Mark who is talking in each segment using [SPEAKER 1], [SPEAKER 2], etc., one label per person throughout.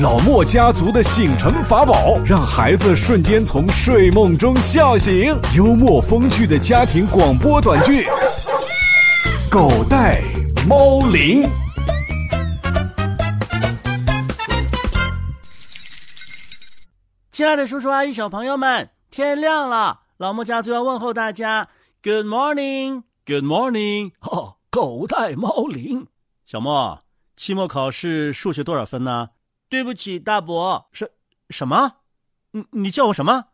[SPEAKER 1] 老莫家族的醒神法宝，让孩子瞬间从睡梦中笑醒。幽默风趣的家庭广播短剧，《狗带猫铃》。
[SPEAKER 2] 啊
[SPEAKER 3] 亲爱的叔叔阿姨、小朋友们，天亮了，老莫家族要问候大家，Good morning，Good morning。
[SPEAKER 4] 哦，狗带猫铃。
[SPEAKER 3] 小莫，期末考试数学多少分呢？对不起，大伯。什什么？你你叫我什么？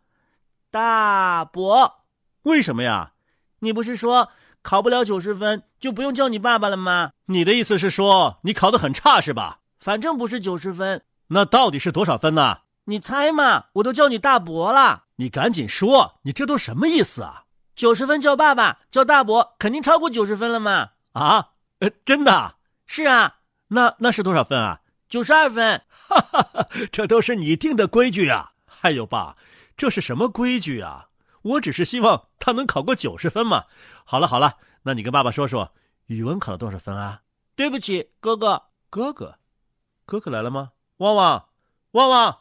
[SPEAKER 3] 大伯？为什么呀？你不是说考不了九十分就不用叫你爸爸了吗？
[SPEAKER 4] 你的意思是说你考得很差是吧？
[SPEAKER 3] 反正不是九十分，
[SPEAKER 4] 那到底是多少分呢、啊？
[SPEAKER 3] 你猜嘛，我都叫你大伯了。
[SPEAKER 4] 你赶紧说，你这都什么意思啊？
[SPEAKER 3] 九十分叫爸爸，叫大伯，肯定超过九十分了嘛？
[SPEAKER 4] 啊？呃，真的？
[SPEAKER 3] 是啊。
[SPEAKER 4] 那那是多少分啊？
[SPEAKER 3] 九十二分，
[SPEAKER 4] 哈哈哈，这都是你定的规矩啊！还有爸，这是什么规矩啊？我只是希望他能考过九十分嘛。好了好了，那你跟爸爸说说，语文考了多少分啊？
[SPEAKER 3] 对不起，哥哥，
[SPEAKER 4] 哥哥，哥哥来了吗？旺旺，旺旺，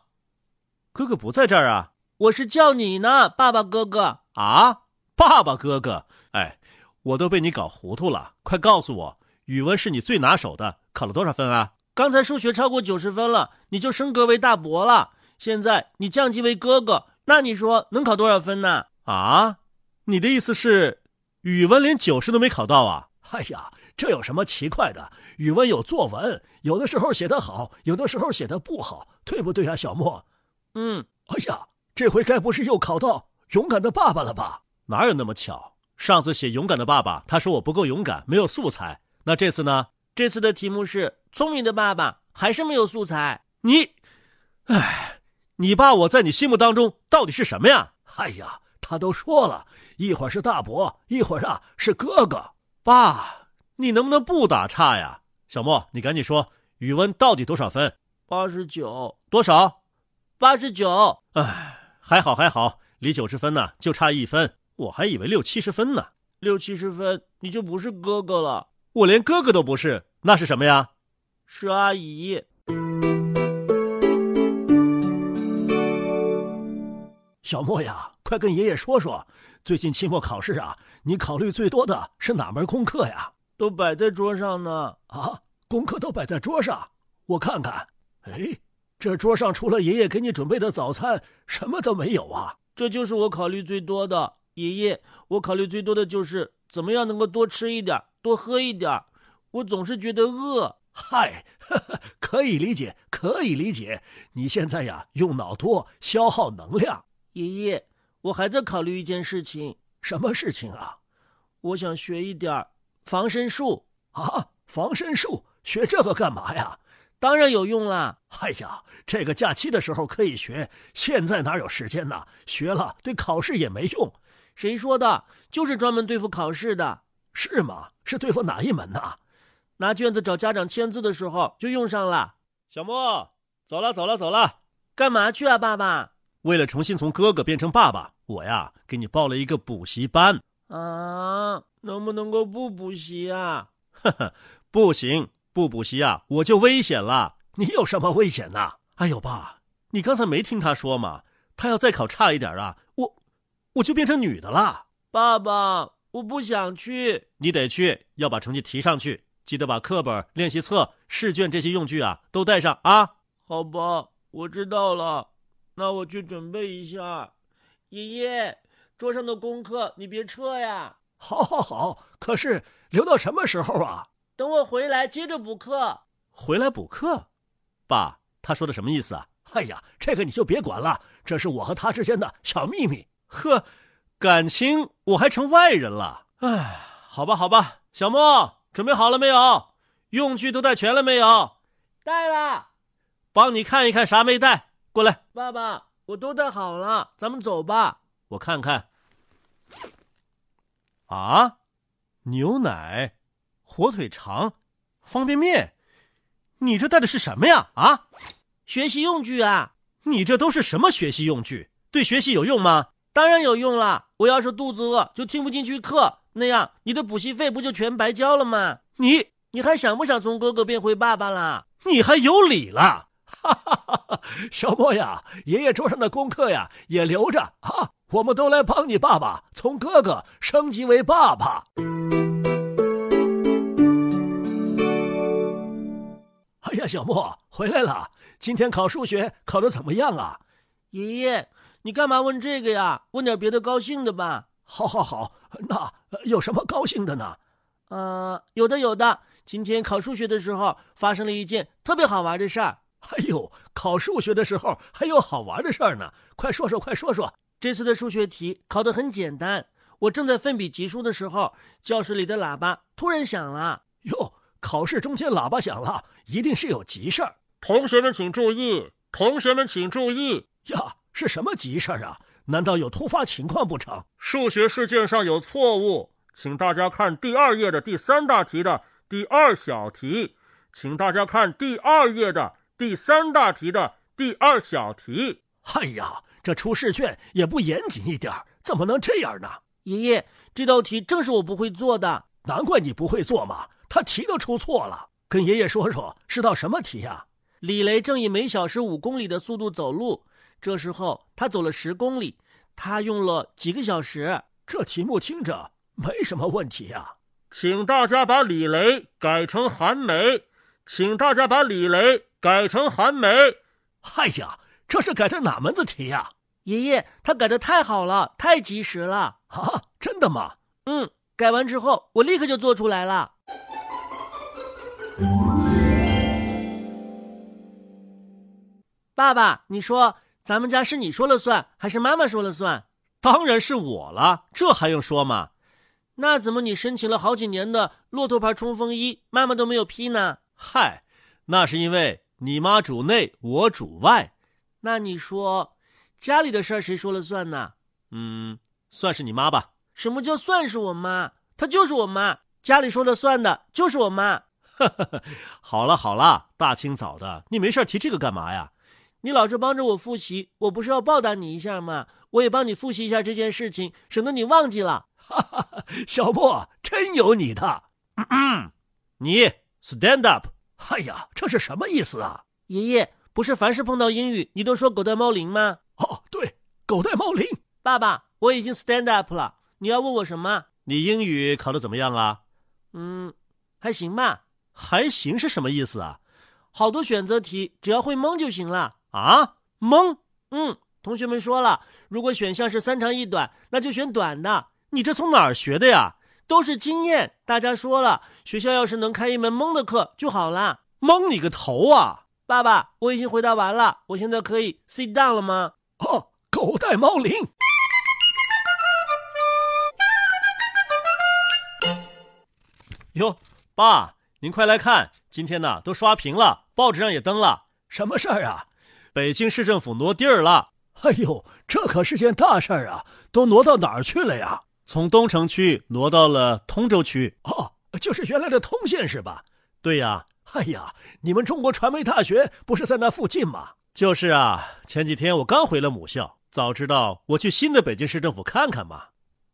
[SPEAKER 4] 哥哥不在这儿啊！
[SPEAKER 3] 我是叫你呢，爸爸哥哥
[SPEAKER 4] 啊，爸爸哥哥，哎，我都被你搞糊涂了，快告诉我，语文是你最拿手的，考了多少分啊？
[SPEAKER 3] 刚才数学超过九十分了，你就升格为大伯了。现在你降级为哥哥，那你说能考多少分呢？
[SPEAKER 4] 啊，你的意思是，语文连九十都没考到啊？
[SPEAKER 2] 哎呀，这有什么奇怪的？语文有作文，有的时候写得好，有的时候写得不好，对不对啊，小莫？
[SPEAKER 3] 嗯。
[SPEAKER 2] 哎呀，这回该不是又考到勇敢的爸爸了吧？
[SPEAKER 4] 哪有那么巧？上次写勇敢的爸爸，他说我不够勇敢，没有素材。那这次呢？
[SPEAKER 3] 这次的题目是。聪明的爸爸还是没有素材。
[SPEAKER 4] 你，哎，你爸我在你心目当中到底是什么呀？
[SPEAKER 2] 哎呀，他都说了一会儿是大伯，一会儿啊是哥哥。
[SPEAKER 4] 爸，你能不能不打岔呀？小莫，你赶紧说，语文到底多少分？
[SPEAKER 3] 八十九。
[SPEAKER 4] 多少？
[SPEAKER 3] 八十九。
[SPEAKER 4] 哎，还好还好，离九十分呢、啊、就差一分，我还以为六七十分呢。
[SPEAKER 3] 六七十分你就不是哥哥了，
[SPEAKER 4] 我连哥哥都不是，那是什么呀？
[SPEAKER 3] 是阿姨。
[SPEAKER 2] 小莫呀，快跟爷爷说说，最近期末考试啊，你考虑最多的是哪门功课呀？
[SPEAKER 3] 都摆在桌上呢。
[SPEAKER 2] 啊，功课都摆在桌上，我看看。哎，这桌上除了爷爷给你准备的早餐，什么都没有啊。
[SPEAKER 3] 这就是我考虑最多的。爷爷，我考虑最多的就是怎么样能够多吃一点，多喝一点。我总是觉得饿。
[SPEAKER 2] 嗨， 可以理解，可以理解。你现在呀，用脑多，消耗能量。
[SPEAKER 3] 爷爷，我还在考虑一件事情。
[SPEAKER 2] 什么事情啊？
[SPEAKER 3] 我想学一点防身术。
[SPEAKER 2] 啊，防身术？学这个干嘛呀？
[SPEAKER 3] 当然有用啦。
[SPEAKER 2] 哎呀，这个假期的时候可以学，现在哪有时间呢？学了对考试也没用。
[SPEAKER 3] 谁说的？就是专门对付考试的。
[SPEAKER 2] 是吗？是对付哪一门呢？
[SPEAKER 3] 拿卷子找家长签字的时候就用上了。
[SPEAKER 4] 小莫，走了，走了，走了，
[SPEAKER 3] 干嘛去啊，爸爸？
[SPEAKER 4] 为了重新从哥哥变成爸爸，我呀给你报了一个补习班。
[SPEAKER 3] 啊，能不能够不补习啊？
[SPEAKER 4] 呵呵，不行，不补习啊，我就危险了。
[SPEAKER 2] 你有什么危险呐、啊？
[SPEAKER 4] 哎呦，爸，你刚才没听他说吗？他要再考差一点啊，我我就变成女的啦。
[SPEAKER 3] 爸爸，我不想去。
[SPEAKER 4] 你得去，要把成绩提上去。记得把课本、练习册、试卷这些用具啊都带上啊！
[SPEAKER 3] 好吧，我知道了。那我去准备一下。爷爷，桌上的功课你别撤呀！
[SPEAKER 2] 好，好，好。可是留到什么时候啊？
[SPEAKER 3] 等我回来接着补课。
[SPEAKER 4] 回来补课？爸，他说的什么意思啊？
[SPEAKER 2] 哎呀，这个你就别管了，这是我和他之间的小秘密。
[SPEAKER 4] 呵，感情我还成外人了。唉，好吧，好吧，小莫。准备好了没有？用具都带全了没有？
[SPEAKER 3] 带了，
[SPEAKER 4] 帮你看一看啥没带。过来，
[SPEAKER 3] 爸爸，我都带好了，咱们走吧。
[SPEAKER 4] 我看看。啊，牛奶、火腿肠、方便面，你这带的是什么呀？啊，
[SPEAKER 3] 学习用具啊！
[SPEAKER 4] 你这都是什么学习用具？对学习有用吗？
[SPEAKER 3] 当然有用了。我要是肚子饿，就听不进去课。那样，你的补习费不就全白交了吗？
[SPEAKER 4] 你，
[SPEAKER 3] 你还想不想从哥哥变回爸爸啦？
[SPEAKER 4] 你还有理了？
[SPEAKER 2] 哈哈哈哈！小莫呀，爷爷桌上的功课呀也留着啊，我们都来帮你爸爸从哥哥升级为爸爸。哎呀，小莫回来了，今天考数学考的怎么样啊？
[SPEAKER 3] 爷爷，你干嘛问这个呀？问点别的高兴的吧。
[SPEAKER 2] 好，好，好，那呃有什么高兴的呢？
[SPEAKER 3] 呃，有的，有的。今天考数学的时候，发生了一件特别好玩的事儿。
[SPEAKER 2] 哎呦，考数学的时候还有好玩的事儿呢！快说说，快说说。
[SPEAKER 3] 这次的数学题考得很简单。我正在奋笔疾书的时候，教室里的喇叭突然响了。
[SPEAKER 2] 哟，考试中间喇叭响了，一定是有急事儿。
[SPEAKER 5] 同学们请注意，同学们请注意。
[SPEAKER 2] 呀，是什么急事儿啊？难道有突发情况不成？
[SPEAKER 5] 数学试卷上有错误，请大家看第二页的第三大题的。第二小题，请大家看第二页的第三大题的第二小题。
[SPEAKER 2] 哎呀，这出试卷也不严谨一点怎么能这样呢？
[SPEAKER 3] 爷爷，这道题正是我不会做的，
[SPEAKER 2] 难怪你不会做嘛，他题都出错了。跟爷爷说说，是道什么题呀、啊？
[SPEAKER 3] 李雷正以每小时五公里的速度走路，这时候他走了十公里，他用了几个小时？
[SPEAKER 2] 这题目听着没什么问题呀、啊。
[SPEAKER 5] 请大家把李雷改成韩梅，请大家把李雷改成韩梅。
[SPEAKER 2] 哎呀，这是改的哪门子题呀、啊？
[SPEAKER 3] 爷爷，他改的太好了，太及时了
[SPEAKER 2] 啊！真的吗？
[SPEAKER 3] 嗯，改完之后我立刻就做出来了。爸爸，你说咱们家是你说了算，还是妈妈说了算？
[SPEAKER 4] 当然是我了，这还用说吗？
[SPEAKER 3] 那怎么你申请了好几年的骆驼牌冲锋衣，妈妈都没有批呢？
[SPEAKER 4] 嗨，那是因为你妈主内，我主外。
[SPEAKER 3] 那你说，家里的事儿谁说了算呢？
[SPEAKER 4] 嗯，算是你妈吧。
[SPEAKER 3] 什么叫算是我妈？她就是我妈，家里说了算的就是我妈。
[SPEAKER 4] 好了好了，大清早的，你没事提这个干嘛呀？
[SPEAKER 3] 你老是帮着我复习，我不是要报答你一下吗？我也帮你复习一下这件事情，省得你忘记了。
[SPEAKER 2] 哈哈，小莫真有你的！
[SPEAKER 4] 嗯嗯，你 stand up！
[SPEAKER 2] 哎呀，这是什么意思啊？
[SPEAKER 3] 爷爷，不是凡是碰到英语，你都说狗带猫铃吗？
[SPEAKER 2] 哦，对，狗带猫铃。
[SPEAKER 3] 爸爸，我已经 stand up 了。你要问我什么？
[SPEAKER 4] 你英语考的怎么样啊？
[SPEAKER 3] 嗯，还行吧。
[SPEAKER 4] 还行是什么意思啊？
[SPEAKER 3] 好多选择题，只要会蒙就行了。
[SPEAKER 4] 啊，蒙？
[SPEAKER 3] 嗯，同学们说了，如果选项是三长一短，那就选短的。
[SPEAKER 4] 你这从哪儿学的呀？
[SPEAKER 3] 都是经验。大家说了，学校要是能开一门蒙的课就好了。
[SPEAKER 4] 蒙你个头啊！
[SPEAKER 3] 爸爸，我已经回答完了，我现在可以 sit down 了吗？
[SPEAKER 2] 哦，狗带猫铃。
[SPEAKER 4] 哟，爸，您快来看，今天呢都刷屏了，报纸上也登了。
[SPEAKER 2] 什么事儿啊？
[SPEAKER 4] 北京市政府挪地儿了。
[SPEAKER 2] 哎呦，这可是件大事儿啊！都挪到哪儿去了呀？
[SPEAKER 4] 从东城区挪到了通州区。
[SPEAKER 2] 哦，就是原来的通县是吧？
[SPEAKER 4] 对呀、
[SPEAKER 2] 啊。哎呀，你们中国传媒大学不是在那附近吗？
[SPEAKER 4] 就是啊，前几天我刚回了母校，早知道我去新的北京市政府看看嘛。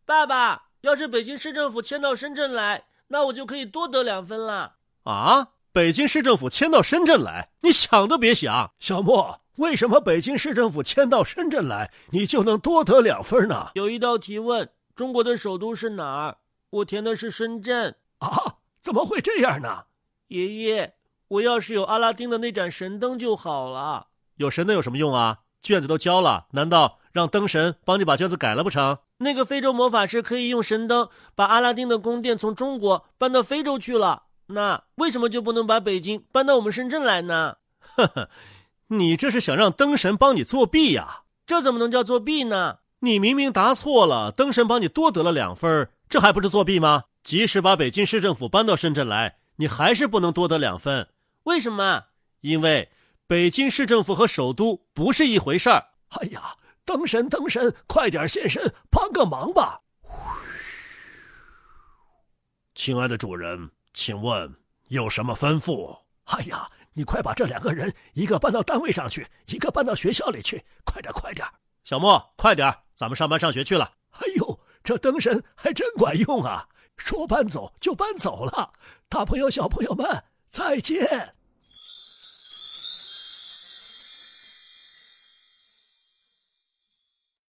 [SPEAKER 3] 爸爸，要是北京市政府迁到深圳来，那我就可以多得两分了。
[SPEAKER 4] 啊，北京市政府迁到深圳来，你想都别想，
[SPEAKER 2] 小莫。为什么北京市政府迁到深圳来，你就能多得两分呢？
[SPEAKER 3] 有一道题问中国的首都是哪儿，我填的是深圳
[SPEAKER 2] 啊？怎么会这样呢？
[SPEAKER 3] 爷爷，我要是有阿拉丁的那盏神灯就好了。
[SPEAKER 4] 有神灯有什么用啊？卷子都交了，难道让灯神帮你把卷子改了不成？
[SPEAKER 3] 那个非洲魔法师可以用神灯把阿拉丁的宫殿从中国搬到非洲去了，那为什么就不能把北京搬到我们深圳来呢？
[SPEAKER 4] 呵呵。你这是想让灯神帮你作弊呀、啊？
[SPEAKER 3] 这怎么能叫作弊呢？
[SPEAKER 4] 你明明答错了，灯神帮你多得了两分，这还不是作弊吗？即使把北京市政府搬到深圳来，你还是不能多得两分。
[SPEAKER 3] 为什么？
[SPEAKER 4] 因为北京市政府和首都不是一回事儿。
[SPEAKER 2] 哎呀，灯神，灯神，快点现身，帮个忙吧！
[SPEAKER 6] 亲爱的主人，请问有什么吩咐？
[SPEAKER 2] 哎呀！你快把这两个人，一个搬到单位上去，一个搬到学校里去，快点，快点！
[SPEAKER 4] 小莫，快点，咱们上班上学去了。
[SPEAKER 2] 哎呦，这灯神还真管用啊！说搬走就搬走了。大朋友、小朋友们，再见。